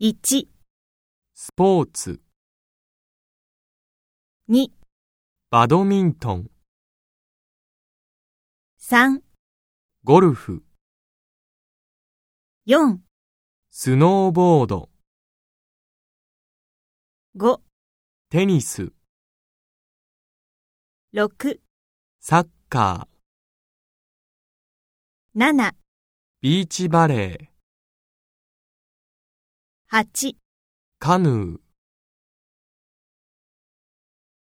1、スポーツ、 2、バドミントン、 3、ゴルフ、 4、スノーボード、 5、テニス、 6、サッカー、 7、ビーチバレー、 8カヌー。